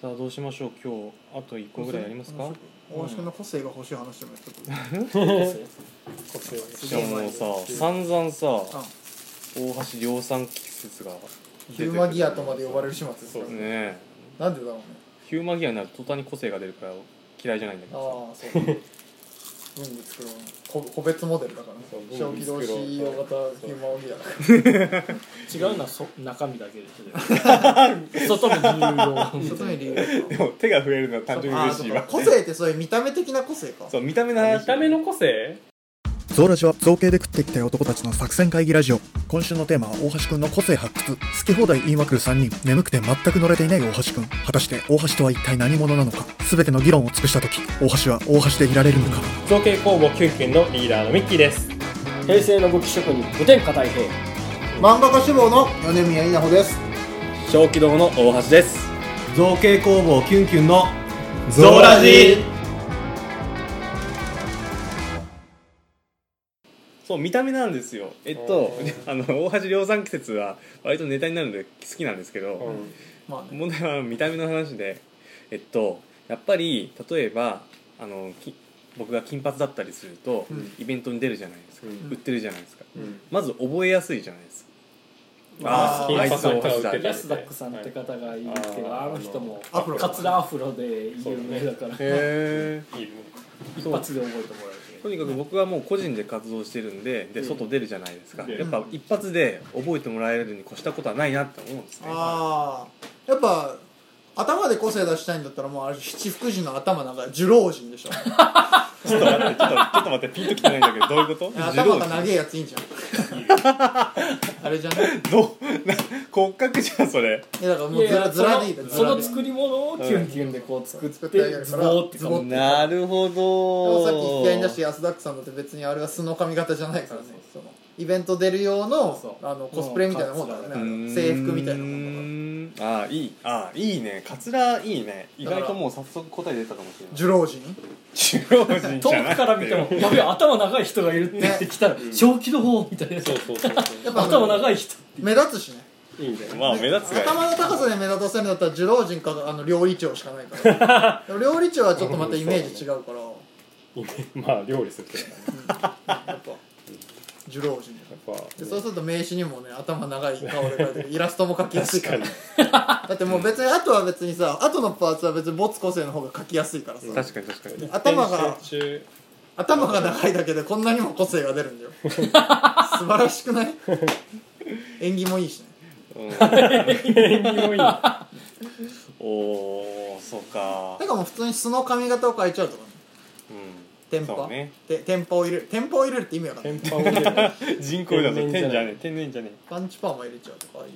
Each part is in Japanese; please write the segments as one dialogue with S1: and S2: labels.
S1: さあどうしましょう今日あと1個ぐらいありますか
S2: 大橋君の個性が欲しい話でもちょっと、
S3: 個性は
S1: じゃあもうさ散々さ大橋量産季節が出
S2: ヒ
S1: て
S2: ュ
S1: く
S2: ー
S1: る
S2: マギアとまで呼ばれる始末ですから
S1: ね
S2: ね
S1: え
S2: なんでだろうね
S1: ヒューマギアになると途端に個性が出るから嫌いじゃないんだけ
S2: ああ
S1: ど
S2: そう文具作ろうこ個別モデルだからね
S3: そう
S2: 小規同士
S3: 文具
S2: 大
S3: 作ろう
S2: 型ヒューマンギアだから
S4: 違うのはそ中身だけですね外見理由
S2: 外に理由
S1: さでも手が増えるのは単純に
S2: ああ
S1: 嬉
S2: そ
S1: し
S2: う
S1: い
S2: か
S1: わ
S2: 個性ってそういう見た目的な個性か
S1: そう見た目の
S3: 見
S1: 話
S3: た目の個性
S5: ゾウラジは造形で食ってきた男たちの作戦会議ラジオ今週のテーマは大橋くんの個性発掘好き放題言いまくる3人眠くて全く乗れていない大橋くん果たして大橋とは一体何者なのか全ての議論を尽くした時大橋は大橋でいられるのか
S3: 造形工房キュンキュンのリーダーのミッキーです
S4: 平成の武器職人五天下太平
S2: 漫画家志望の米宮稲穂です
S3: 小気道の大橋です
S6: 造形工房キュンキュンの
S3: ゾーラジ
S1: そう見た目なんですよえっとあの大橋量産季節は割とネタになるので好きなんですけど、
S2: まあね
S1: 問題はあの見た目の話でえっとやっぱり例えばあのき僕が金髪だったりすると、
S2: うん
S1: イベントに出るじゃないですか、
S3: うん
S1: 売ってるじゃないですか、
S3: うん
S1: まず覚えやすいじゃないですか、
S2: あー
S1: あいつ
S3: 金
S1: 大橋だ
S3: 髪の人は売って
S4: ヤ
S3: た
S4: スダックさんって方がいるけど、
S3: はい
S4: あの人も
S2: アフロ
S4: カツラアフロで有名だから、
S1: へ
S3: いいね
S4: 一発で覚えてもらえ
S1: とにかく僕はもう個人で活動してるんでで
S4: うん
S1: 外出るじゃないですか、
S3: うん
S1: やっぱ一発で覚えてもらえるに越したことはないなって思うんですね
S2: ああやっぱ頭で個性出したいんだったらもうあれ七福神の頭なんか寿老人 でしょ
S1: ちょっと待ってちょっとちょっと待ってピンときてないんだけどどういうこと
S2: 頭が
S1: 自動
S2: 長えやついいんじゃんあれじゃない
S1: どう な骨格じゃんそれ
S2: いやだからも
S4: る
S2: う
S4: い
S2: ずら
S4: や
S2: ずらでいいだ
S4: そのその
S2: で
S4: 作り物をキュンキュンでこう作っ
S2: うん
S4: てズボーってかぶって
S6: なるほ
S2: でもさっき
S6: ど
S2: 一回に出して安田区さんだって別にあれは素の髪型じゃないからねそのイベント出る用
S4: そう
S2: の
S4: そう
S2: あのコスプレみたいなもんだからねあ
S1: うー
S2: の
S1: ん
S2: 制服みたいなもんだか
S1: ああいいああいいねカツラいいね意外ともう早速答え出たかもしれ
S2: ら
S1: ない
S2: 寿老人
S1: 中央人じゃな
S4: 遠
S1: く
S4: く
S1: て
S4: から見ても「やべえ頭長い人がいる」って言ってきたら「正気の方」みたいな
S3: そうそうそうそ
S2: やっぱ
S4: 頭
S2: あの
S4: 長い人
S2: 目立つしね
S3: ういいんだよ
S1: まあ目立つが
S2: 頭の高さで目立たせるんだったら寿老人かあの料理長しかないからでも料理長はちょっとまたイメージ違うから
S3: まあ料理するけどね
S2: やっぱ寿老人
S3: やっぱ
S2: でそうすると名刺にもね頭長い顔で描いてるイラストも描きやすいからだってもう別にあとは別にさあとのパーツは別に没個性の方が描きやすいからさ
S1: い 確かに確かに
S2: 頭が
S3: 編集中
S2: 頭が長いだけでこんなにも個性が出るんだよ素晴らしくない縁起もいいしね
S1: おおーそうか
S2: だからもう普通に素の髪型を変えちゃうとかね
S1: うん
S2: 天パ
S1: そうね
S2: で天パを入れる天パを入れるって意味わかんない
S3: 天パを入れる
S1: 人工だと
S3: 天然じゃな
S1: 天じゃ
S3: い
S1: ねえ天然じゃね
S2: パンチパーマ入れちゃうとかああいう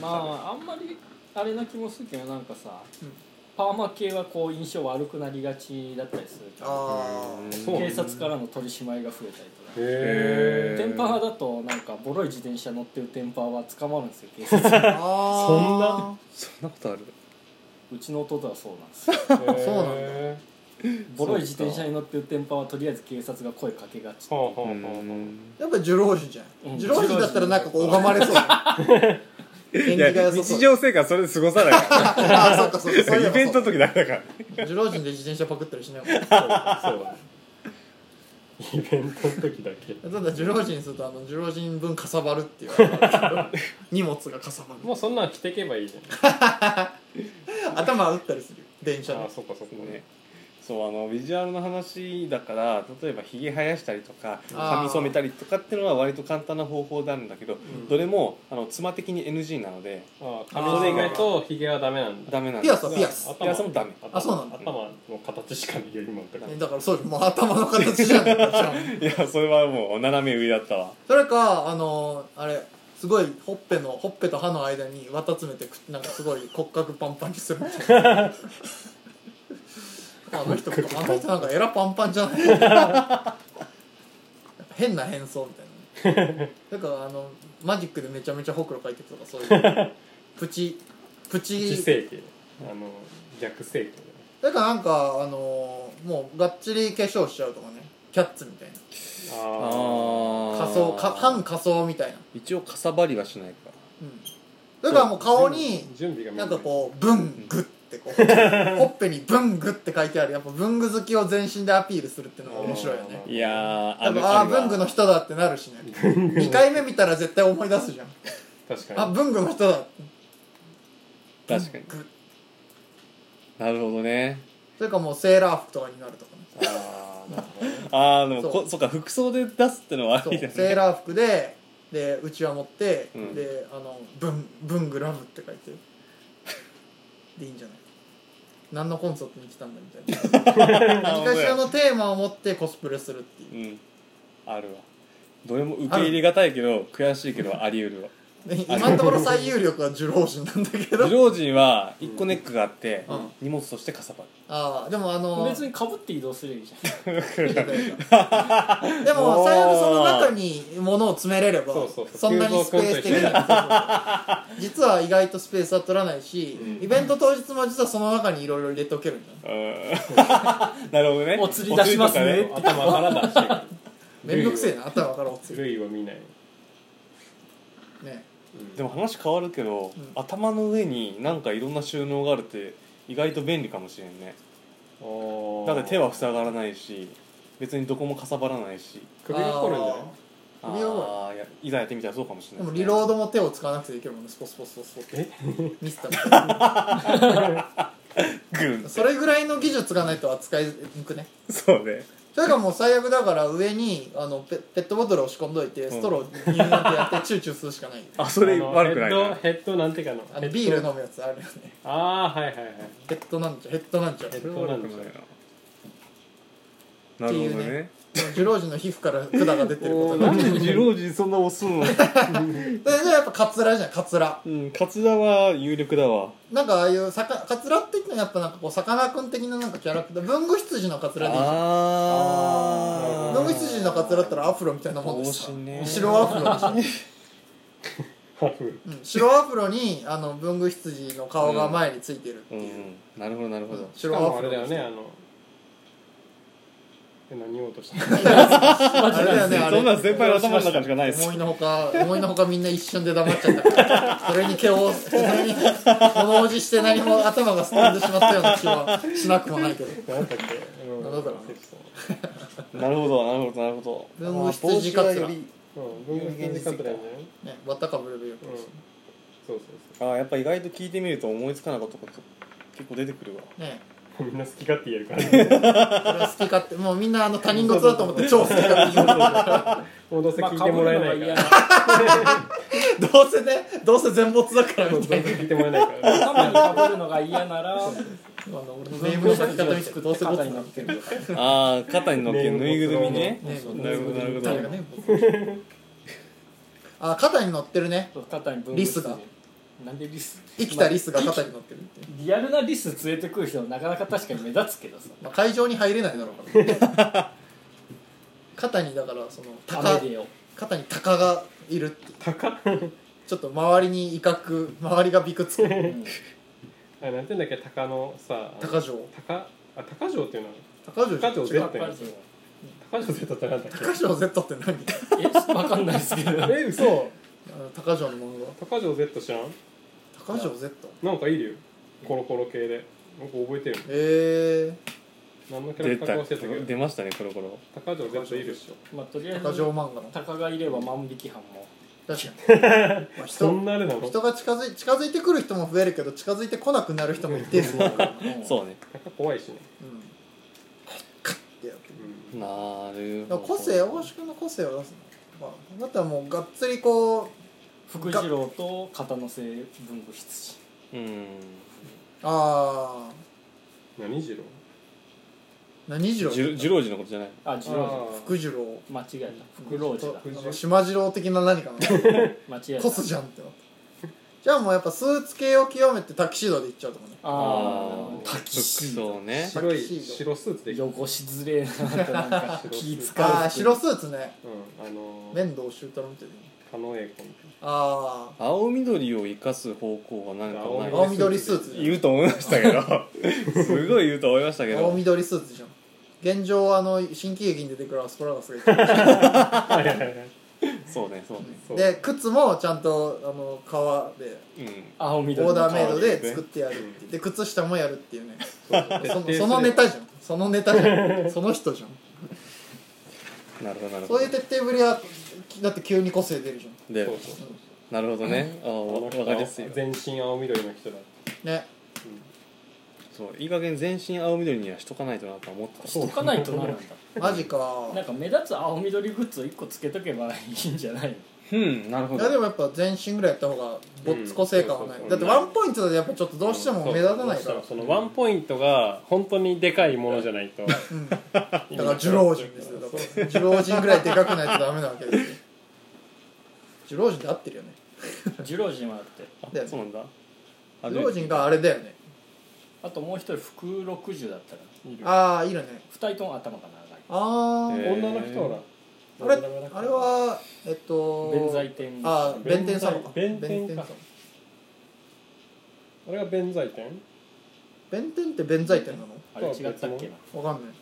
S4: まああんまりあれな気もするけどなんかさ、
S2: うん
S4: パーマ系はこう印象悪くなりがちだったりするけど
S2: あ
S1: え
S3: そう
S4: 警察からの取り締まりが増えたりとか
S3: へ
S4: テンパ派だとなんかボロい自転車乗ってるテンパは捕まるんですよ警察
S2: あ
S4: に
S2: あ
S1: そんなことある
S4: うちの弟はそうなんですよ
S3: そうなん
S2: そうなんだ
S3: だ
S4: ボロい自転車に乗ってるテンパはとりあえず警察が声かけがち
S3: はあはあは
S1: う
S3: あはあ
S1: ん
S2: やっぱり寿老人じゃ
S4: うん
S2: ん寿老人だったらなんかこう拝まれそう縁
S1: い
S2: 起
S1: や
S2: が良さそ
S1: 日
S2: う
S1: 常生活それで過ごさない か
S2: ああそうかそうかそう
S1: ら
S2: いえ
S1: イ
S2: ば
S1: ベントの時だけだから
S2: そう寿老人で自転車パクったりしないもん
S3: そうイベントの時だけ
S2: ただ寿老人にするとあの寿老人分かさばるっていうの があるけど荷物がかさばる
S3: もうそんなん着てけばいいじゃ
S2: 頭打ったりするよ電車
S3: んあ
S2: で
S3: あそっかそっか
S1: ねそうあのビジュアルの話だから例えばひげ生やしたりとか
S2: あー
S1: 髪染めたりとかっていうのは割と簡単な方法なんだけど、どれもあの妻的に NG なので
S3: ああ髪染めとひげはダメなんだ
S1: ダメなんで
S2: ピア
S1: す
S2: スはピアス
S3: 頭
S1: ピアスもダメ
S3: 頭
S2: あそうなんだ
S3: 頭の形しか見えるもんだから
S2: ねだからそうもう頭の形 じゃん
S1: いやそれはもう斜め上だったわ
S2: それかあのあれすごいほっぺのほっぺと歯の間に綿詰めてくなんかすごい骨格パンパンにするみたい なあの人あの人なんかエラパンパンじゃない変な変装みたいなねだからあのマジックでめちゃめちゃほくろ描いていくとかそういうプチプ
S3: 一
S2: チ
S3: 整形あの逆整形
S2: だからなんかあのーもうがっちり化粧しちゃうとかねキャッツみたいな
S3: あ
S1: あ
S2: 仮装か半仮装みたいな
S1: 一応かさばりはしないか
S2: うんだからもう顔に
S3: 準備が見え
S2: なんかこう文具ってこうほ っぺに文具って書いてあるやっぱ文具好きを全身でアピールするっていうのが面白いよね
S1: いやー
S2: 多分ああ文具の人だってなるしね2回目見たら絶対思い 出すじゃん
S3: 確かに
S2: あ文具の人だ
S1: 確かに
S2: グ
S1: なるほどね
S2: それかもうセーラー服とかになるとかね
S3: あーなるほどね
S1: ああでも
S2: そう
S1: こそっか服装で出すってのはあ
S2: そう
S1: りだね
S2: セーラー服ででうちわ持って、
S1: うん
S2: であの文文具ラブって書いてでいいんじゃない何のコンサートに来たんだみたい な何かしらのテーマを持ってコスプレするっていう
S1: う、んあるわどれも受け入れがたいけど悔しいけどあり得るわ
S2: で今のところ最有力は受老人なんだ けど
S1: 不老人は一個ネックがあって、
S2: うん
S1: 荷物としてかさばる
S2: ああでもあの
S4: 別にかぶって移動すればいいじゃん
S2: でも最悪その中に物を詰めれれば
S3: そうそうそう
S2: そんなにスペース的に
S3: 急増君と
S2: 実は意外とスペースは取らないし、イベント当日も実はその中にいろいろ入れておけるんだ
S1: うーんなるほどね
S4: お釣り出しますね
S1: お釣りとか
S3: 頭から出してく
S2: めんどくせえな頭から落ち
S3: る
S2: る
S3: 類を見ない
S2: ね
S3: うん
S1: でも話変わるけど、
S2: うん
S1: 頭の上になんかいろんな収納があるって意外と便利かもしれんね
S3: おー
S1: だって手は塞がらないし別にどこもかさばらないし
S3: 首が凝るんじゃない
S2: あ首が多い
S1: あーいやいざやってみたらそうかもしれ
S2: で
S1: ない
S2: もリロードも手を使わなくていけるもんねスポスポスポスポってミスター
S1: グーン
S2: それぐらいの技術がないと扱いにくね
S1: そうね
S2: それかもう最悪だから上にあのペペットボトルを仕込んどいてストローにやってチューチューするしかないよ
S1: あそれ
S3: あの
S1: 悪くな
S3: ヘッ
S1: い
S3: ド
S1: な
S3: ヘッドなんていうかのヘッ
S2: あの
S3: ド
S2: ビール飲むやつあるよね
S3: ああはいはいはい
S2: ヘッドなんちゃうヘッドなんちゃう
S3: ヘ
S1: そ
S3: ッ
S1: れ
S3: ド
S1: は
S3: な
S1: 悪
S3: ん
S1: く
S3: で
S1: な
S3: す
S1: い
S3: よ
S1: ななるほどね
S2: ジュロージの皮膚から管が出てること
S1: な
S2: が
S1: ん
S2: で
S1: で二郎人そんな押すの
S2: でやっぱカツラじゃんカツラ
S1: うんカツラは有力だわ
S2: なんかああいうさかカツラって言ってもやっぱなんかこうさかなクン的ななんかキャラクター文具羊のカツラでいいじゃん
S1: あ
S2: 文具羊のカツラだったらアフロみたいなもん
S1: 帽
S2: で
S1: 子
S2: すか
S1: ね
S2: 白アフロでしょ
S3: ハフ
S2: うん白アフロにあの文具羊の顔が前についてるって
S1: うんう
S2: いう、
S1: んなるほどなるほど
S3: し
S2: 白
S3: か
S2: ア
S3: もあ
S2: フ
S3: れ
S2: ロ
S3: だよねあのえ何言おうとした
S2: あれだよねあれ
S1: そんなん先輩の頭の中しかないです
S2: 思いのほか思いのほかみんな一瞬で黙っちゃったからそれに毛をそれに物おじして何も頭がすくんでしまったような気はしなくもないけど
S3: 何だっけうん
S2: なんだろう
S1: なるほどなるほどなるほど
S2: 文具羊カツラ、ね、
S3: うん文具筋カツラやね
S2: 綿かぶればよく
S3: うんそうそう
S1: あーやっぱ意外と聞いてみると思いつかなかったこと結構出てくるわ
S2: ね
S3: そうみんな好き勝手言えるからね
S2: これは好き勝手もうみんなあの他人事だと思って超好き勝手に言う
S3: もうどうせ
S4: まあ
S3: 聞い
S4: か
S3: て
S4: ぶ
S3: も
S4: る
S3: らえ
S4: の
S3: な
S4: が
S3: いか
S4: 嫌
S3: ら
S4: な
S2: どうせねどうせ全没だから
S3: そう
S2: み
S3: どうせ
S2: たいな
S3: 聞いてもらえない からね
S4: 頭にかぶるのが嫌ならあの俺の
S2: ネー
S4: 全
S2: ムの
S4: 部の
S2: 先方
S4: 先方
S2: 見
S4: 見
S2: て
S4: て
S2: くど
S4: くど
S2: う
S4: う
S2: せ
S4: せ
S2: ボツ
S4: 肩になってる
S1: ああ肩に乗っ けるぬいぐるみね
S2: ね
S1: なるほどなるほ
S2: 誰が
S1: ど
S2: ねあ肩に乗ってるね
S4: 肩に分
S2: リスが
S4: なんでリス
S2: 生きたリスが肩に乗ってるっていう、
S4: リアルなリス連れてくる人はなかなか確かに目立つけどさ
S2: まあ、会場に入れないだろうから、ね、 肩にだからその
S4: 雨
S2: 鷹
S4: でよ
S2: 肩に鷹がいるって鷹ちょっと周りに威嚇周りがびくつく
S3: あなんていうんだっけ鷹のさ
S2: 鷹城
S3: 鷹あ鷹城っていうの
S2: 鷹城じゃん
S3: 鷹城
S2: 違う
S3: Z ってなんだっけ鷹城 Z ってなんだっ
S2: 鷹城 Z って何
S4: えわかんないです けど
S3: けえ嘘
S2: あの鷹城の漫画
S3: 鷹城 Z 知らん
S2: 鷹城 Z
S3: なんかいるよコロコロ系で僕覚えてるもん
S2: え
S3: 何のキャ
S1: 出
S3: ラクターか忘れた
S1: た
S3: け
S1: 出ましたねコロコロ
S3: ど鷹城 Z いるっしょ
S4: まあとりあ
S2: ー、
S4: え
S2: 鷹城
S4: ず
S2: 漫画の
S4: 鷹がいれば万引き犯も
S2: 確かに、まあ、
S3: そ
S2: 人
S3: んなあれなの
S2: 人が近づい近づいてくる人も増えるけど近づいてこなくなる人も一定数いるからね、
S1: そうね
S3: 鷹怖いしね
S2: うん、カッてやって
S3: うん
S1: なる
S2: だ
S1: ほ
S2: か
S1: ど
S2: ら個性大橋君の個性を出すの、まあ、だったらもうがっつりこう
S4: 福次郎と肩のせ文具羊
S1: うん
S2: ああ
S3: 何次郎
S2: 何次郎
S1: じゅ二郎次のことじゃない
S4: あ次郎
S3: あー
S2: 福次郎
S4: じゃん間違えた福郎じだ
S3: 福次
S2: あの島次郎的な何かな
S4: 間違えた
S2: コスじゃんってなったじゃあもうやっぱスーツ系を極めてタキシードでいっちゃうと思うね
S4: あ
S1: ー
S4: あ
S1: そうね
S3: 白い
S2: タキシード
S3: 白スーツでいいうん
S4: 汚しづれえなとなんか気使う
S2: ああ白スーツね
S3: あのー
S2: 面倒修太郎みたいな
S3: 狩野英孝み
S2: ああ
S1: 青緑を生かす方向は何か
S3: 青
S1: ない
S2: 青緑スー ツじ
S1: 言うと思いましたけ どすごい言うと思いましたけ
S2: ゃん青
S1: ど
S2: 緑スーツじゃん現状あの新喜劇に出てくるアスパラガスがいっぱい
S3: たいな
S1: そうねそうね
S4: そう
S2: で靴もちゃんとあの革で
S1: うん
S4: 青
S2: オー
S4: 緑の
S2: ダ
S4: 顔
S2: ーメイドで作ってやるっていうで靴下もやるっていうねそ
S1: 徹底する
S2: そのネタじゃんそのネタじゃんその人じゃん
S1: なるほどなるほ
S2: そ
S1: ど
S2: ういう徹底ぶりはだって急に個性出るじ
S1: で
S3: そうそう
S1: なるほどねああわわかりやすいわ
S3: 全身青緑の人だ
S2: ゃんね
S1: そういい加減全身青緑にはしとかないとなとは思ってた
S4: しとかないとなるんだ
S2: マジか
S4: なんか目立つ青緑グッズを1個つけとけばいいんじゃないの
S1: うんなるほ
S2: い
S1: ど
S2: やでもやっぱ全身ぐらいやった方がぼっつこ性感はない、
S3: うん
S2: だってワンポイントでやっぱちょっとどうしても目立たないから、
S3: そうそのワンポイントが本当にでかいものじゃない と
S2: うんだから寿老人ですよだから寿老人ぐらいでかくないとダメなわけです よ寿老人で合ってるよね
S4: ジュロジンはあって
S2: だよ
S1: そう
S2: ね
S1: なんだあ
S2: 寿老人があれだよね
S4: あともう一人福60だったら
S2: ああいるね
S4: 2人とも頭が長い
S2: ああ、
S1: え
S3: 女の人ほら
S2: これあれはえっと
S4: 弁財天
S2: ああ弁天様か
S3: 弁天
S2: 天
S3: か
S2: 様
S3: あれが弁財天
S2: 弁天って弁財天なの
S4: あれ違ったっけな
S2: わかんない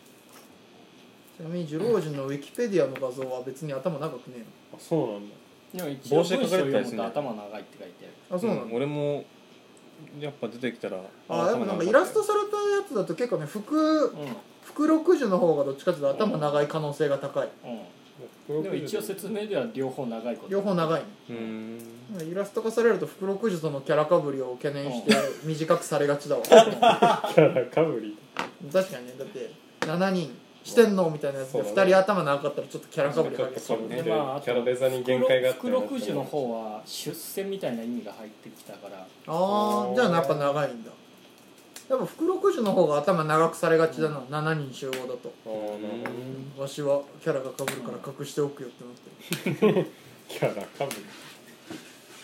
S2: ちなみに寿老人のウィキペディアの画像は別に頭長くね
S3: あそうなんだ
S4: でも一応
S1: 帽子で
S4: 文章
S1: 隠れてた
S4: 読
S1: り
S4: む
S1: する
S4: と
S1: ね
S4: 頭長いって書いてある
S2: えのあそうなの、
S1: ん俺もやっぱ出てきたら
S2: あでもなんかイラストされたやつだと結構ね服
S4: う
S2: 服60の方がどっちかっていうと頭長い可能性が高い
S4: んうんでも一応説明では両方長いこと
S2: 両方長いね
S1: うーん
S2: イラスト化されると服60とのキャラかぶりを懸念して短くされがちだわ
S3: キャラかぶり
S2: 確かにねだって7人四天王みたいなやつで
S3: そう
S2: 2
S3: だね
S2: 人頭長かったらちょっとキャラかぶり
S3: ちょ
S2: が
S3: っ
S2: 激
S3: と
S2: し
S3: かぶって
S4: でまああと
S3: キャラデザに限界があって
S4: 福60の方は出世みたいな意味が入ってきたから
S2: ああじゃあやっぱ長いんだでも服60の方が頭長くされがちだな、7人集合だと
S3: あーなるほどね
S2: わしはキャラがかぶるから隠しておくよってなってる
S3: キャラかぶり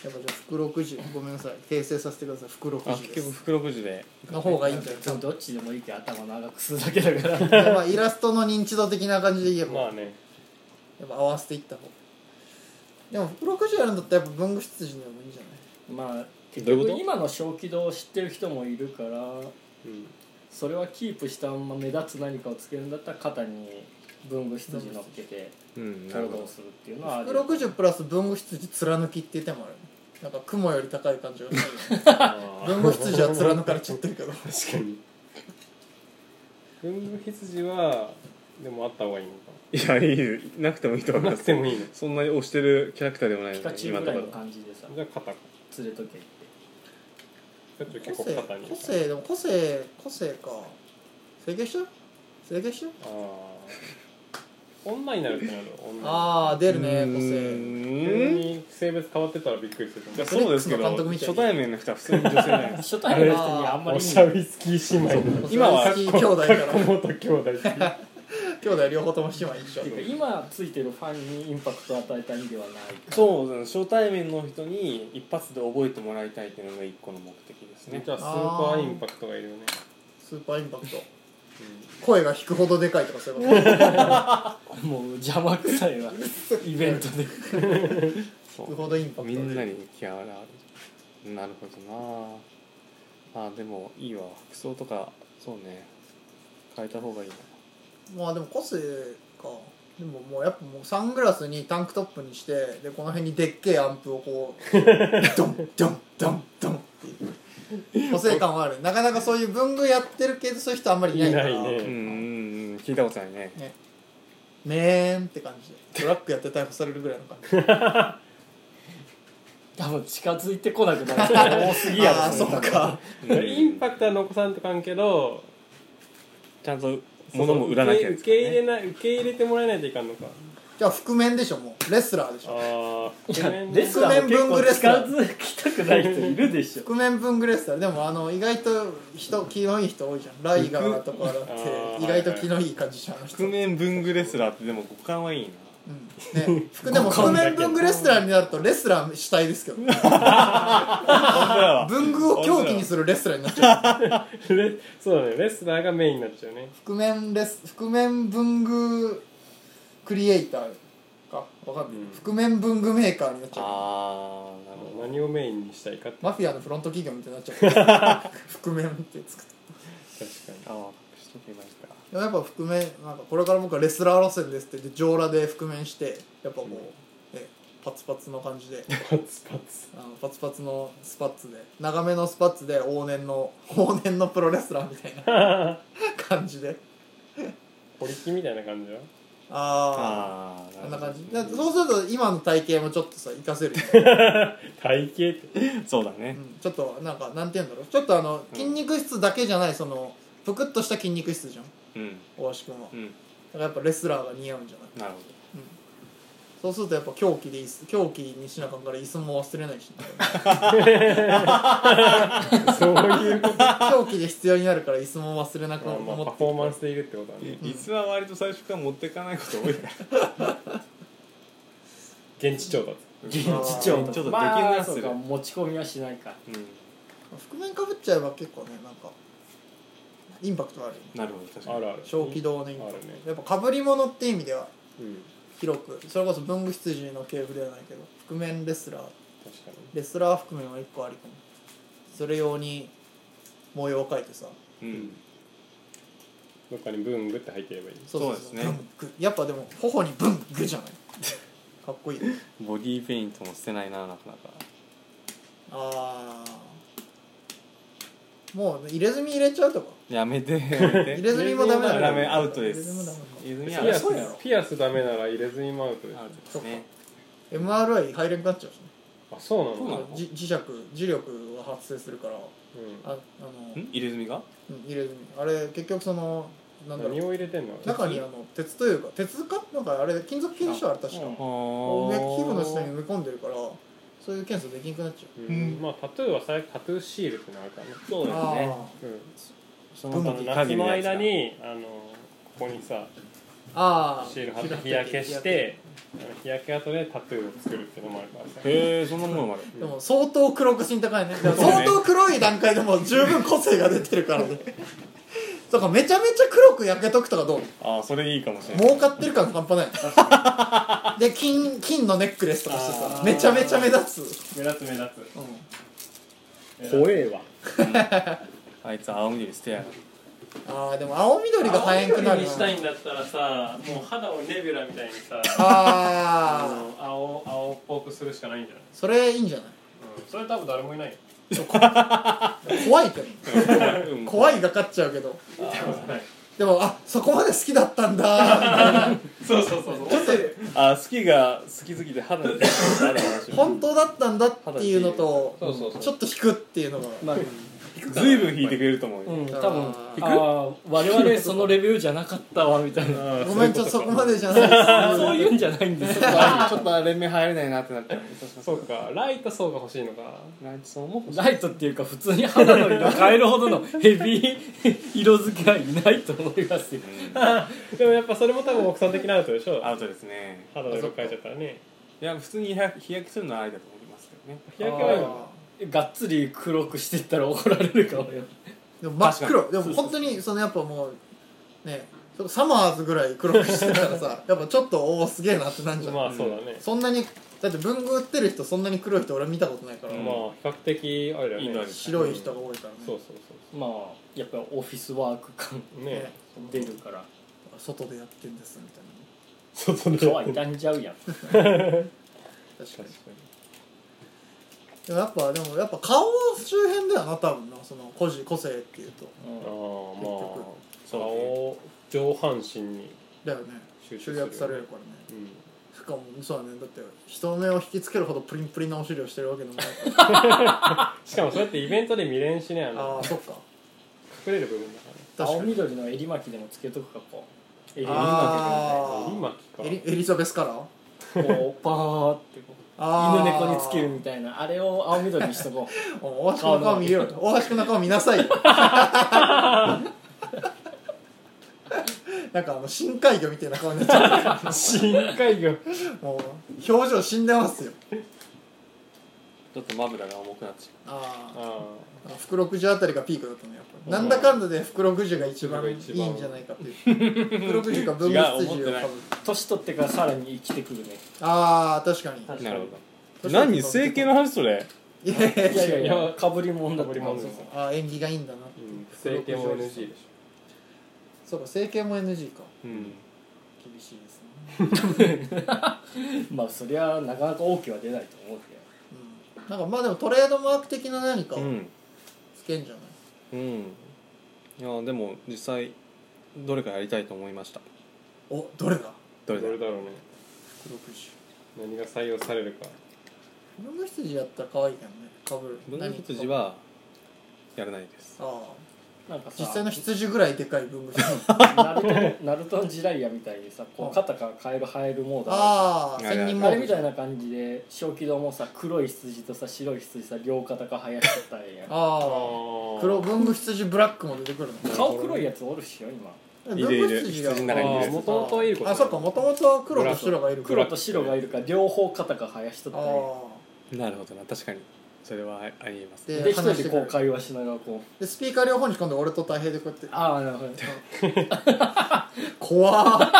S2: やっぱじゃあ服60ごめんなさい訂正させてください服
S1: あ
S2: 60
S1: 結
S2: で
S1: 局
S2: す
S1: 袋くじで
S2: の方がいいんじゃない
S4: でもどっちでもいいって頭長くするだけだから
S2: やっぱイラストの認知度的な感じで言えば、
S3: まあね
S2: やっぱ合わせていった方がでも袋くじやるんだったらやっぱ文具出陣でもいいんじゃな
S4: まあ結
S1: どういう
S4: 局
S1: こと
S4: 今の小気道を知ってる人もいるから
S3: うん
S4: それはキープしたまま目立つ何かをつけるんだったら肩に文具羊乗っけて
S1: うんなる
S4: 行
S1: ほ
S4: 動
S1: ど
S4: するっていうのはあ
S2: い
S4: り
S2: 袋くじプラス文具出陣貫きっていう手もあるなんか雲より高い感じがする文具出陣は貫かれちゃってるけど
S3: 確かに文具羊はでもあった方がいいのか
S1: いやいいなくてもいいと思い
S3: な
S1: ま
S3: く
S1: す
S3: てもいいの
S1: そんなに推してるキャラクターでもないの
S4: ピ
S1: で
S4: カチュウぐらいの感じでさ
S3: じゃあ肩か
S4: 連れとけって
S3: ちょっと結構
S2: 個性
S3: 肩に
S2: 個性でも個性個性か整形しちゃう整形しちゃう
S3: ああ女になるってなる女
S2: ああ出るね個
S1: う
S2: 性
S3: 急
S1: ーんい
S3: に性別変わってたらびっくりする
S1: やそうですけど
S2: フェニックスの監督みたい
S1: 初
S2: に
S1: 対面の人は普通に女性なんです
S4: 初対面の人にあんまり
S3: お
S4: 意味
S3: し
S4: な
S3: ゃ
S4: い
S3: びスキー姉妹の
S1: 今は
S2: 好き兄弟から
S3: 子元兄弟
S2: 兄弟両方とも姉妹一緒
S4: っていうか今ついてるファンにインパクトを与えた意味ではない
S1: そうですね初対面の人に一発で覚えてもらいたいっていうのが一個の目的ですね
S3: じゃあスーパーインパクトがいるよね
S2: スーパーインパクト声が引くほどでかいとかそういうこと
S4: もう邪魔くさいわイベントで
S1: そ
S2: 引くほどインパクト
S1: みんなに気合があるなるほどなああでもいいわ服装とかそうね変えた方がいいな
S2: まあでも個性かでももうやっぱもうサングラスにタンクトップにしてでこの辺にでっけえアンプをこうドンドンドンドンっていう個性感はあるなかなかそういう文具やってる系でそういう人あんまりいない
S3: い
S2: か
S3: な
S2: ら
S3: い
S1: うんう
S3: ね
S1: んうん聞いたことないね
S2: めーんって感じでトラックやって逮捕されるぐらいの感じ
S4: 多分近づいてこなくなる人 が多すぎや
S2: ああそうか
S3: インパクトは残さんとかんけど
S1: ちゃんと物も売らなきゃ
S3: 受け入れない受け入れてもらえないといかんのか
S2: じゃあ覆面でしょもうレスラーでしょ
S3: ああ
S4: ろレスラーも結構近づきたくない人いるでしょ
S2: 覆面文具レスラーでもあの意外と人気のいい人多いじゃんライガーとかだっ
S3: あー
S2: て意外と気のいい感じじゃんあの人
S1: 覆面文具レスラーってでも五感はいいな
S2: うんね、服でも覆面文具レスラーになるとレスラー主体です けどね文具を狂気にするレスラーになっちゃう
S3: レそうだねレスラーがメインになっちゃうね
S2: 覆面レス覆面文具クリエイターかわかんない、
S3: うん
S2: 覆面文具メーカーになっちゃう
S1: ああなるほど
S3: 何をメインにしたいかって
S2: マフィアのフロント企業みたいになっち ゃう覆面ってつくと
S3: 確かに
S1: ああ隠しとけばいいか
S2: でもやっぱ覆面なんかこれから僕はレスラー路線ですって言って上裸で覆面してやっぱこう、ね、パツパツの感じで
S3: パツパツ
S2: あのパツパツのスパッツで長めのスパッツで往年の 往年のプロレスラーみたいな感じで
S3: 堀木みたいな感じよ
S2: あ
S1: あ
S2: あ
S1: あ
S2: あんな感じ
S1: な
S2: だ
S1: るほどね
S2: そうすると今の体型もちょっとさ活かせるよね、
S3: 体型って
S1: そうだ
S2: う
S1: ね
S2: ん、ちょっとなんかなんて言うんだろうちょっとあの筋肉質だけじゃないそのぷくっとした筋肉質じゃん
S1: うん
S2: 大橋君はだ
S1: うん
S2: からやっぱレスラーが似合うんじゃない
S1: なるほ
S2: そうするとやっぱ狂気でいいっす狂気にしなあかんから椅子も忘れないし、
S3: そういうこと
S2: 狂気で必要になるから椅子も忘れなく
S3: まあまあパフォーマンスでいるってことはね
S1: どいつは割と最初から持っていかないこと多いから
S3: 現地調達
S1: 現
S2: 地
S1: ちょっとできる
S4: ま
S1: な
S4: あ
S1: す
S4: そう
S1: る
S4: か持ち込みはしないか
S1: うん
S2: 覆面かぶっちゃえば結構ねなんかインパクトあるよね
S1: なるほど確か
S3: あ
S1: に
S3: るある
S2: 小気道のインパク
S3: ある
S2: ト、
S3: ね
S2: やっぱかぶり物って意味では
S3: うん
S2: 広くそれこそ文具羊の系譜ではないけど覆面レスラー
S3: 確か
S2: レスラー覆面は一個ありかもそれ用に模様を描いてさ
S1: うん
S3: にどっかに文具って入ってればいい
S2: そ
S1: そうですね
S2: 文具やっぱでも頬に文具じゃない かっこいい
S1: ボディーペイントも捨てないななかなか
S2: ああもう入れ墨入れちゃうとか
S1: やめてやめて
S2: 入れ墨もダメなの
S1: ダメアウトで
S2: 入れ墨もダ
S1: す
S2: メな
S1: 入れ
S2: の
S3: ピ
S1: 墨
S3: ア
S1: は
S3: スピアスダメなら入れずにマウトです
S1: アウトですね
S2: MRI 入れなくなっちゃうしね
S3: あそうな
S1: そうな
S3: の
S1: の
S2: じ磁石磁力が発生するから
S3: う
S2: ああ
S1: ん
S2: の
S1: 入れ墨が
S2: うん入れ墨あれ結局そのなん
S3: ん
S2: だろ
S3: 何
S2: う
S3: を入れてんのあれ
S2: 中にあの鉄というか鉄かなんかあれ金属系でしょあれ確
S3: う
S2: か、
S3: ん
S2: ね
S1: あ
S2: 皮
S1: ー
S2: 膚の下に埋め込んでるからそういう検査できなくなっちゃ
S3: う
S5: うん
S3: んまあタトゥーは最悪タトゥーシールってのがあるからね
S1: そううですね
S2: あ
S3: うん
S1: そ
S2: 文
S1: の他
S2: 具に
S1: の
S3: 夏の間
S1: 限り
S3: にあのここにさ
S2: ーあー
S3: シール貼って日焼けしてあの日焼け跡でタトゥーを作るってのもあるからさ
S1: のやつへえそんなものまで
S2: でも相当黒く 身高いねでも相当黒い段階でもう十分個性が出てるからね とかめちゃめちゃ黒く焼けとくとかどう
S1: ああそれいいかもしれない
S2: 儲かってる感半端な いで金金のネックレスとかしてさ
S3: あー
S2: めちゃめちゃ目立つ、
S3: 目立つ目立つ
S2: うん、
S3: 怖えわ
S1: あいつ青緑捨てやがる
S2: あーでも青緑が早くなる
S3: に
S2: な
S3: したいんだったらさもう肌をネビュラみたいにさあ
S2: ああ
S3: の青青っぽくするしかないんじゃない、
S2: それいいんじゃない
S3: うん、それ多分誰もいないよ
S2: 怖いけど
S1: うん
S2: 怖いが勝っちゃうけど
S3: 見たことない
S2: でもあそこまで好きだった んだ
S3: そうそうそうそう
S2: ちょっ
S1: あ好きが好きすぎて肌に肌の話
S2: と本当だったんだっていうのと
S3: そうそうそう
S2: ちょっと引くっていうのが
S4: まあ
S1: ずいぶん引いてくれると思うよ、
S4: うん多分
S2: あー
S4: あー我々そのレビューじゃなかったわみたいな
S2: ごめんちょっとそこまでじゃないです
S4: そういうんじゃないん ですよ
S1: ちょっとあれ目入れないなってなっちゃう
S3: そうかライト層が欲しいのか
S1: ランチさんも
S4: ライトっていうか普通に肌の色変えるほどのヘビー 色付きはいないと思いますよ
S3: でもやっぱそれも多分奥さん的なアウトでしょ
S1: アウトですね
S3: 肌の色変えちゃったらね
S1: いや普通に日焼日焼けするのはありだと思いますけどね
S3: 日焼けはよ
S2: あ
S4: がっつり黒くしてったら怒られるかもよ
S2: ーでも真っ黒でも本当にそのやっぱもうねちょっとサマーズぐらい黒くしてた らさやっぱちょっとおおすげえなってなんじゃん、
S3: まあそうだね、
S2: そんなにだって文具売ってる人そんなに黒い人俺見たことないから、
S1: うん
S3: まあ比較的あれだよね
S1: インドある
S2: 白い人が多いからね、
S3: そうそうそう
S4: まあやっぱオフィスワーク感
S3: そうね
S2: ね
S4: 出るから
S2: 外でやってんですみたいなね
S3: 外で
S4: 今日は傷んじゃうやん
S2: 確かに
S1: 確かに
S2: でもやっぱでもやっぱ顔周辺だよな多分なその個人個性っていうと
S3: あーま
S2: 結
S3: あ
S1: そうね
S3: 顔上半身に
S2: だよね
S3: 集中す
S2: 集
S3: るよね
S2: 約されるからね
S3: うん
S2: しかもそうだねだって人目を引きつけるほどプリンプリンなお尻をしてるわけでもないから
S3: しかもそうやってイベントで見れんしねあ
S2: あ
S3: の
S2: あそっか
S3: 隠れる部分だか
S2: 確
S4: 青
S2: かに
S4: 緑の襟巻きでもつけとくかこう襟
S2: あ
S4: 巻
S3: らね襟巻き
S2: ー
S3: か
S2: エリエリザベスカラー
S4: きでもねこうパーってこう
S2: あ
S4: 犬
S2: ー
S4: 猫につけるみたいなあれを青緑にしとこ う
S2: お大橋君の顔見ようよ大橋君の顔見なさい よなんかあの深海魚みたいな顔になっちゃ
S3: 深海 魚
S2: うもう表情死んでますよ
S1: ちょっとまぶたが重くなっち
S2: ああ
S3: あ
S2: 福六十あたりがピークだったのやっぱりなんだかんだで福六十が一番いいん
S3: 一番
S2: じゃないかっていう福六十か文物
S1: 違う思っ
S2: 筋
S1: て
S2: を
S1: ない
S2: かぶる
S4: 年取ってからさらに生きてくるね
S2: ああ確かに
S1: ゃう
S3: 確
S1: な
S3: か
S1: る
S3: に
S1: ほど何整形の話それ
S2: いやいやい
S4: い
S2: や
S4: やいやい
S3: いや
S4: やかぶりもんだって
S3: 被りもんだ
S4: そう
S2: あー縁起がいいんだな
S3: うん整形も NG でし
S2: そうか整形も NG か
S1: うん
S3: ょ
S2: 厳しいですね
S4: まあそりゃなかなか OK は出ないと思うけど
S2: うんなんかまあでもトレードマーク的な何かを
S1: うん
S2: つけんじゃない、
S1: うんいやでも実際どれかやりたいと思いました
S2: おどれだ
S1: どれ
S3: ど
S1: だ
S3: れだろうね
S2: 黒くじ
S3: 何が採用されるか
S2: 黒の羊やったら可愛いけどねかぶる
S1: 文具羊はやらないです
S2: 何かああ
S4: なんかさ
S2: 実際の羊ぐらいでかい 文具羊
S4: ナルトナルトのジライアみたいにさこう肩からカエル生えるモードあ
S2: ああ
S1: あれあれ
S2: 千人
S4: る
S2: も
S4: あれみたいな感じで小気道もさ黒い羊とさ白い羊さ両肩が生やしてたらええやん
S2: ああ
S3: あ
S2: 黒文具羊ブラックも出てくるの
S4: 顔黒いやつおるしよ今
S1: いるいる羊の中にいるやつ
S3: もともといること
S2: あそっかもともとは黒と白がいるから
S4: 黒と白がいるから両方肩が生やしとった
S2: あ
S4: らええやん
S1: なるほどな確かにそれはあありえます
S2: で
S4: で一人でこう会話しながらこう
S2: あでスピーカー両方に今度俺と太平でこうやって
S4: ああなるほど
S2: 怖っ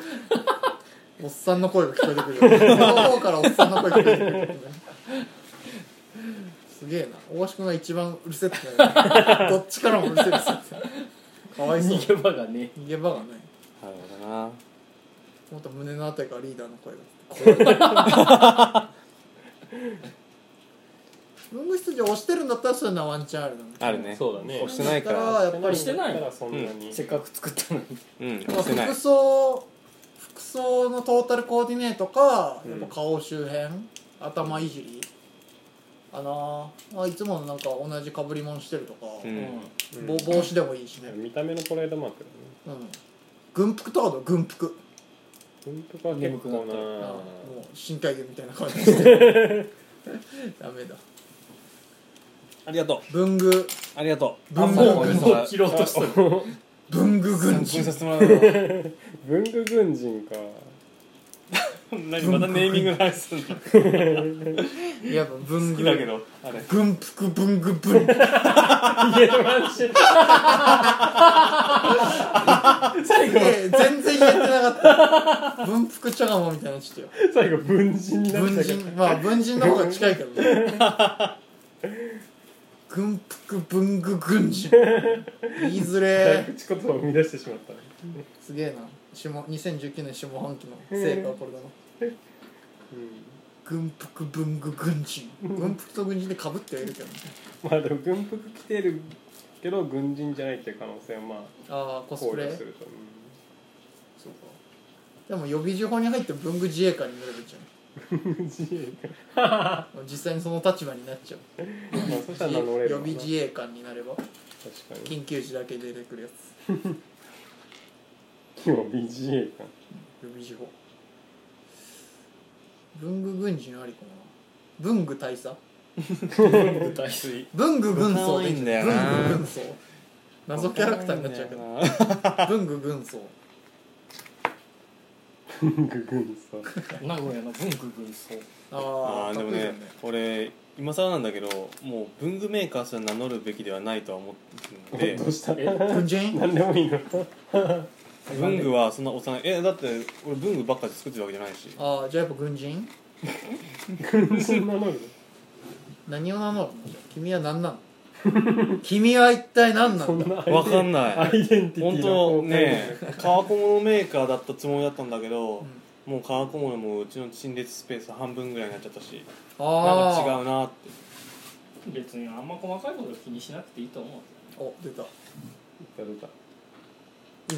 S2: おっさんの声が聞こえてくるよこの方からおっさんの声が聞こえてくるよねすげえな大橋君が一番うるせえってなる どっちからもうるせえですかわいそう
S4: 逃げ場がね
S2: 逃げ場がない
S1: なるほどな
S2: もっと胸のあたりからリーダーの声が怖い文具羊を押してるんだったらそういうのはワンチャンあるだね
S1: あるね
S3: そうだね
S1: 押してないか
S2: だかららやっぱり
S4: してない
S3: だからそんなに
S4: せっかく作ったのに
S1: うん
S2: まあ
S1: 押してない
S2: 服装服装のトータルコーディネートかやっぱ顔周辺、頭いじりあのーまあ、いつものなんか同じかぶり物してるとか、
S1: うん
S2: ぼ帽子でもいいしね、
S3: 見た目のトレードマークだね
S2: うん、軍服とかの軍服
S3: 文服は結構な
S2: あ
S3: あ
S2: もう深海魚みたいな感じしてる ダメだ
S1: ありがと
S2: 文具
S1: うありがとう
S2: 文
S1: あ
S2: 房具
S1: そう
S4: 切ろうとしてる
S2: 文具軍
S1: 参考
S2: 人
S1: にさせてもらうな
S3: 文具軍人か
S1: 何またネーミングの話すんの好
S2: いやっぱ文具
S1: きだけ どあれ
S2: 軍服文具文具
S3: いやマジで
S2: すげえ全然言えてなか った文服茶釜みたいになちょっとよ
S3: 最後文人になっ
S2: 文
S3: たけど
S2: 人まあ文人の方が近いけど ね軍服文具軍人言いづ
S3: 早
S2: れー
S3: 口言葉を生み出してしまったね
S2: すげえな下2019年下半期の成果はこれだな
S3: うん
S2: 軍服文具軍人軍服と軍人でかぶってはいるけどね
S3: まあでも軍服着てるけど軍人じゃないっていう可能性はまあ
S2: ああコス
S3: 考
S2: プレ
S3: 慮するとう
S2: そうかでも予備情報に入って文具自衛官になればいいじ
S3: ん自衛官
S2: ゃん実際にその立場になっちゃう
S3: まあそしたら名乗れ
S2: 予
S3: るわ
S2: 備
S3: な
S2: 自衛官になれば
S3: 確かに
S2: 緊急時だけ出てくるやつ
S3: 予備自衛官
S2: 予備事報文具軍人ありかな文具大佐
S4: 舞台
S2: 文具軍曹でいい
S1: わかんないんだよな
S2: 文具軍曹謎キャラクターになっちゃうけど
S1: わかんないんだよ
S2: 文具軍曹
S3: 文具軍曹
S4: 名古屋の文具軍曹
S2: あ
S1: あ
S2: あ
S1: ーでも
S2: 得意
S1: ね
S2: だ
S1: 俺今更なんだけどもう文具メーカーすら名乗るべきではないとは思ってるんで
S3: どうした
S2: 軍人
S3: 何でもいいの
S1: 文具はそんなおさないえだって俺文具ばっかで作ってるわけじゃないし
S2: ああじゃあやっぱ軍人
S3: 軍人名乗る
S2: 何を名乗るの君は何なの君は一体何な
S3: そん
S2: んだ
S3: な
S1: わか
S3: い
S1: んな
S3: ア
S1: い
S3: イデンティティ
S1: 本
S3: の
S1: 当
S3: 公開
S1: ね 革小物メーカーだったつもりだったんだけど
S2: ん、
S1: もう革小物もうちの陳列スペース半分ぐらいになっちゃったしなんか
S2: ああ
S1: 違うなって
S4: 別にあんま細かいこと気にしなくていいと思う
S2: お出た
S3: 出た出た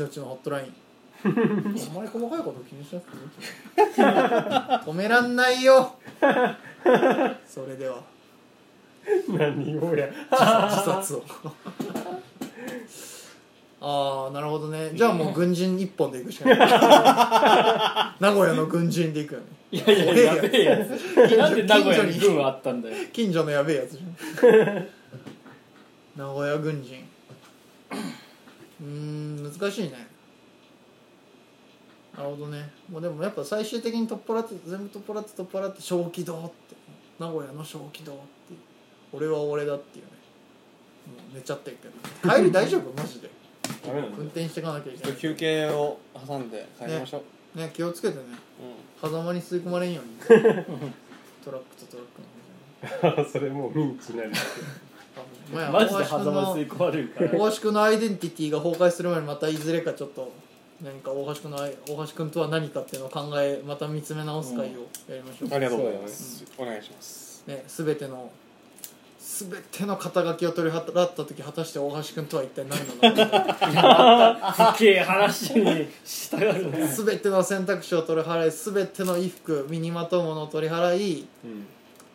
S2: 命のホットラ インお前細かいこと気にしなくていいんじゃない止めらんないよそれでは
S3: 何をや
S2: 自殺 をああなるほどねじゃあもう軍人一本で行くしかない 名古屋の軍人で行くよね
S4: いやいややべえやつなんで名古屋に
S2: 近所
S4: 軍あったんだよ
S2: 近所のやべえやつじゃん名古屋軍人うーん難しいねなるほどねもうでもやっぱ最終的に取っ払って全部取っ払って取っ払って小気道って名古屋の小気道って俺は俺だっていうねもう寝ちゃってるけど帰り大丈夫マジで
S3: ダメなの
S2: 運転していかなきゃいけ
S1: ちょ
S2: な
S1: っと休憩を挟んで帰りましょう、
S2: いね気をつけてね狭間に吸い込まれ んようにトラックとトラックの
S3: あそれもうミンチになる
S2: お前
S4: マジで狭間に吸い込まれるから
S2: 大橋君のアイデンティティが崩壊する前にまたいずれかちょっと何か大橋君の愛大橋君とは何かっていうのを考えまた見つめ直す会をやりましょう、
S1: ありがとうございます、お願いします
S2: ね、全ての全ての肩書きを取り払った時果たして大橋君とは一体何なのか
S4: 不敬話に従うね
S2: 全ての選択肢を取り払い全ての衣服身にまとうものを取り払い
S3: うん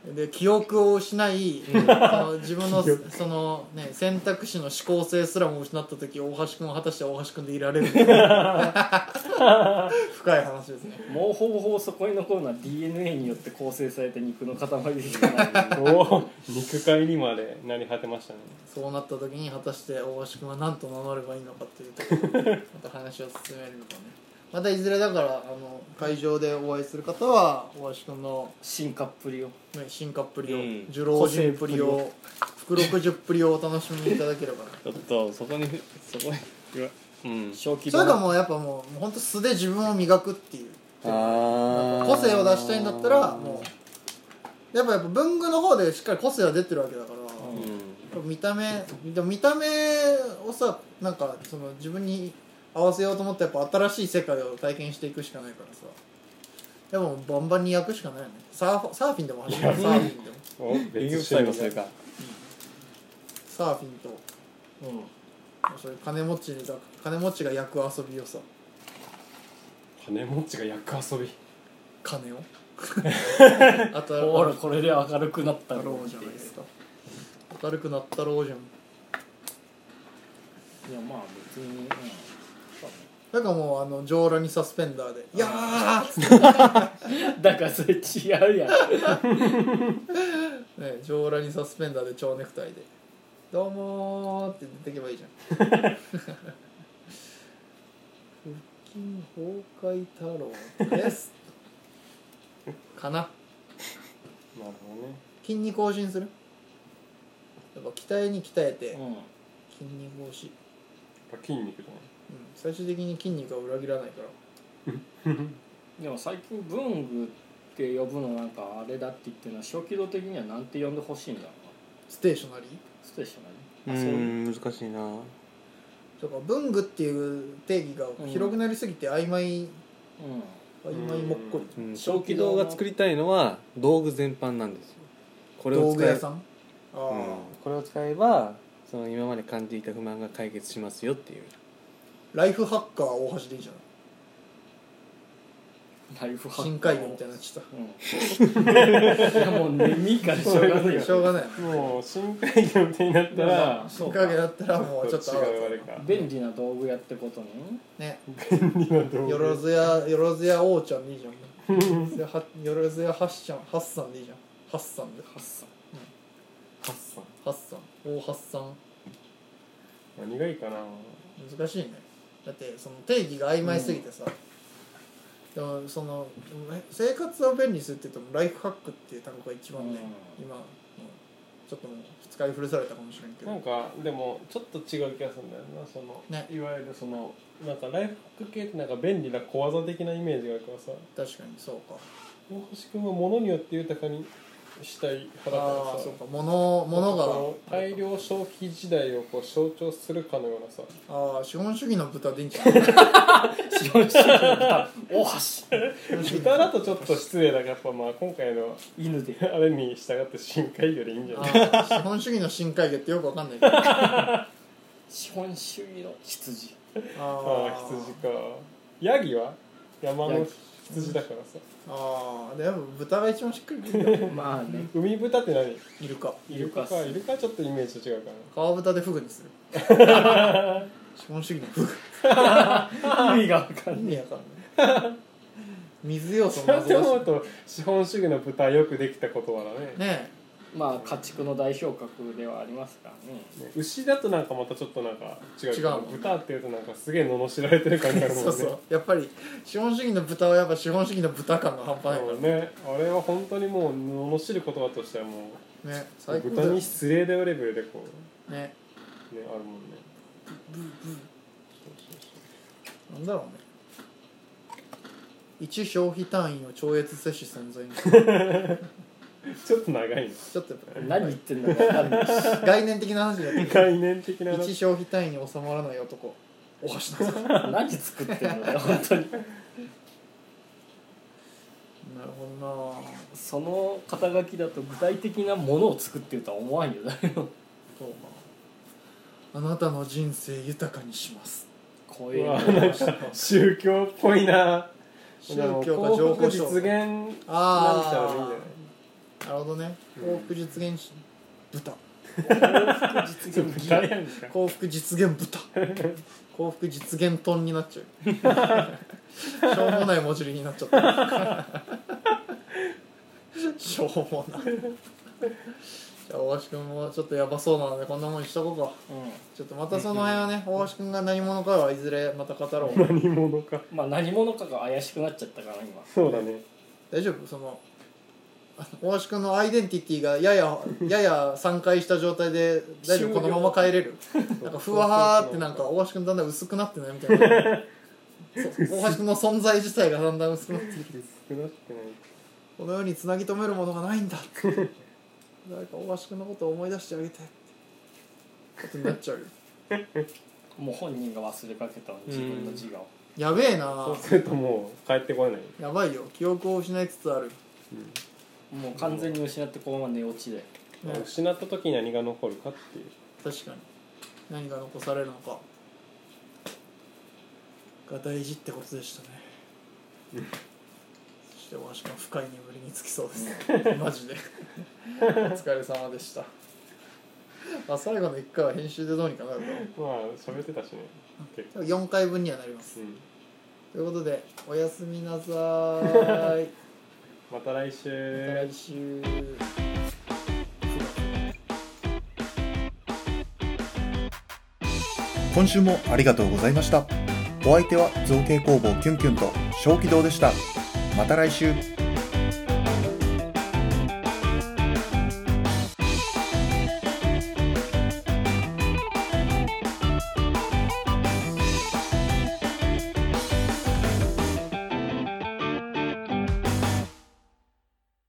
S2: で記憶を失い、その自分のその、ね、選択肢の思考性すらも失った時大橋君は果たして大橋君でい られるのか深い話ですね
S4: もうほぼほぼそこに残るのは DNA によって構成された肉の塊でしかない
S3: おお肉塊にまでなり果てましたね
S2: そうなった時に果たして大橋君は何と名乗ればいいのかっていうところでまた話を進めるのかねまたいずれだからあの会場でお会いする方は大橋君の、
S4: 進化っぷりを
S2: ね、進化っぷりを、
S1: うん
S2: 受老人っぷりを福60っぷりをお楽しみいただけ れば
S1: ちょっとそこに そこにうわうん
S4: 正気
S2: それがもうやっぱもうもうほんと素で自分を磨くっていう
S1: あ
S2: 個性を出したいんだったらもうやっぱやっぱ文具の方でしっかり個性は出てるわけだから、
S1: ううん
S2: 見た目でも見た目をさなんかその自分に合わせようと思ってやっぱ新しい世界を体験していくしかないからさでもバンバンに焼くしかないよねサーフサーフィンでも走るサーフィンでも
S3: お
S1: 営業
S3: 別
S1: 主体
S3: 趣
S1: も
S3: 味
S1: する
S3: が
S1: か
S2: サーフィンと
S4: うん
S2: そういう金持ちが金持ちが焼く遊びをさ
S3: 金持ちが焼く遊び
S2: 金 をあと
S4: ほらこれで明るくなった
S2: 明るくなったろう
S4: ろうっ
S2: じゃな
S4: ていう
S2: いですか明るくなったろうじゃん
S4: いやまあ別に、うん、
S2: だからもうあの上裸にサスペンダーで「いやー!」っつって
S4: だからそれ違うやん
S2: ね上裸にサスペンダーで蝶ネクタイで「どうもー」って出てけばいいじゃん腹筋崩壊太郎ですかな
S3: なるほどね
S2: 筋肉更新するやっぱ鍛えに鍛えて
S4: うん
S2: 筋肉更新、
S3: やっぱ筋肉だね
S2: うん、最終的に筋肉は裏切らないから
S4: でも最近文具って呼ぶのなんかあれだって言ってるのは小気度的にはなんて呼んでほしいんだろうな
S2: ステーショナリー
S4: ステーショナ
S1: う
S4: リーあそういうん
S1: 難しいな
S2: とか文具っていう定義が広くなりすぎて曖昧曖昧もっこり
S1: うん
S4: 小
S1: 小
S4: 気
S1: 気
S4: 道
S1: 道
S4: の
S1: が作りたいのは道具全般なんですよこれを
S2: 道具
S1: 使え
S2: 屋さんあ
S1: う
S2: あ
S1: ん、これを使えばその今まで感じていた不満が解決しますよっていう
S2: ライフハッカー大橋でいいじゃん
S4: うんライフハッ
S2: 深海魚みたいになっちゃっ
S4: うんいやもう眠いからしょうがない
S2: た
S4: よ
S2: しょうがないよね
S3: もう深海魚みたいになったら
S4: そう
S2: 深
S4: か
S2: 海魚だったらもうちょっとアウト
S3: 違うあれか
S4: 便利な道具屋ってことね
S2: ね
S3: 具
S2: よろずやよろずや王ちゃんでいいじゃんはよろずやハッちゃんハッサンでいいじゃんハッサンで
S4: ハッサン
S3: ハッサン
S2: ハッサン大ハッサン
S3: 何がいいかな
S2: 難しいねだってその定義が曖昧すぎてさ、でもそのえ生活を便利にするって言ってもライフハックっていう単語が一番ね、
S4: うん
S2: 今もうちょっともう使い古されたかもしれんけど
S3: なんかでもちょっと違う気がするんだよなその、
S2: ね
S3: いわゆるそ のなんかライフハック系ってなんか便利な小技的なイメージがあるからさ
S2: 確かにそうか
S3: 大橋君は物によって豊かにしたい派だ
S2: あ
S3: から
S2: あそ
S3: さ
S2: うか物物が
S3: この大量消費時代をこう象徴するかのようなさ
S2: ああ資本主義の豚でいいんじゃない
S4: 資本主義の豚大橋
S3: 豚だとちょっと失礼だからやっぱまあ今回の
S4: 犬で
S3: あれに従って深海魚でいいんじゃない
S2: ああ資本主義の深海魚ってよくわかんないけどあ
S4: 資本主義の羊
S3: ああ羊かヤギは山の羊だからさ
S2: ああでも豚が一番しっくりくるよ
S4: まあね
S3: 海豚って何
S2: イルカ
S3: イルカかイルカはちょっとイメージと違うかな
S2: 川豚でフグにする資本主義のフグ
S4: 意味が分かんない
S2: 意味わかんない水要
S3: そ
S2: 素
S3: うや
S2: も
S3: って
S2: 謎だし
S3: 思うと資本主義の豚はよくできた言葉だね
S2: ね
S4: まあ家畜の代表格ではありますからね
S3: ね牛だとなんかまたちょっとなんか違うけど
S2: 違うもんね
S3: 豚っていうとなんかすげえ罵られてる感じあ
S2: え
S3: るもんね
S2: そうそうやっぱり資本主義の豚はやっぱ資本主義の豚感が半端ないか
S3: そうねあれは本当にもう罵る言葉としてはも
S2: らね
S3: う
S2: 最高だ
S3: 豚
S2: よ
S3: に失礼だよレベルでこう
S2: ね
S3: ねあるもん ね
S2: なんだろうね一消費単位を超越摂取存在にする
S3: ちょっと長いね
S2: ちょっとやっ
S4: 何言ってんだか分かんないし
S2: ぱ概念的な話だけど
S3: 概念的な
S2: 一消費単位に収まらない男お箸なんですか
S4: 何作ってんのよ本当に
S2: なるほどな
S4: その肩書きだと具体的なものを作ってるとは思わんよ誰も
S2: そうかあなたの人生豊かにします
S4: こういうの
S3: うわ
S2: 宗
S3: 宗教っぽいな
S2: 教か情
S3: 幸
S2: 報商
S3: 福実現
S2: 材
S3: なんしたらいいん
S2: あ
S3: じゃない
S2: あなるほどね幸福実現し豚
S4: 実現議員
S2: 幸福実現豚幸福実現トンになっちゃう しょうもない文字になっちゃった しょうもないじゃあ大橋君もちょっとやばそうなのでこんなもんにしとこうかちょっとまたその辺はね大橋君が何者かはいずれまた語ろう
S3: 何者か
S4: うんまあ何者かが怪しくなっちゃったから今
S3: そうだね
S2: 大丈夫その大橋君のアイデンティティがやややや散開した状態で大丈夫このまま帰れるなんかふわーってなんか大橋君だんだん薄くなってないみたいなそう大橋君の存在自体がだんだん薄くなって
S3: 薄くなってない
S2: この世につなぎ止めるものがないんだ誰か大橋君のことを思い出してあげてってことになっちゃうよ
S4: もう本人が忘れかけたの自分の自我を
S2: やべえ
S3: そう
S2: な
S3: するともう帰ってこれない
S2: やばいよ記憶を失いつつある、
S4: もう完全に失ってこのまま寝落ちで
S2: ね
S3: 失った時に何が残るかっていう
S2: 確かに何が残されるのかが大事ってことでしたねそしてわしも深い眠りにつきそうです、マジでお疲れ様でしたあ最後の1回は編集でどうにかなる
S3: まあ喋ってたしね結
S2: と4回分にはなります
S3: 構、うん、
S2: ということでおやすみなさーい
S3: また来週
S2: また来週
S5: 今週もありがとうございましたお相手は造形工房キュンキュンと小気道でしたまた来週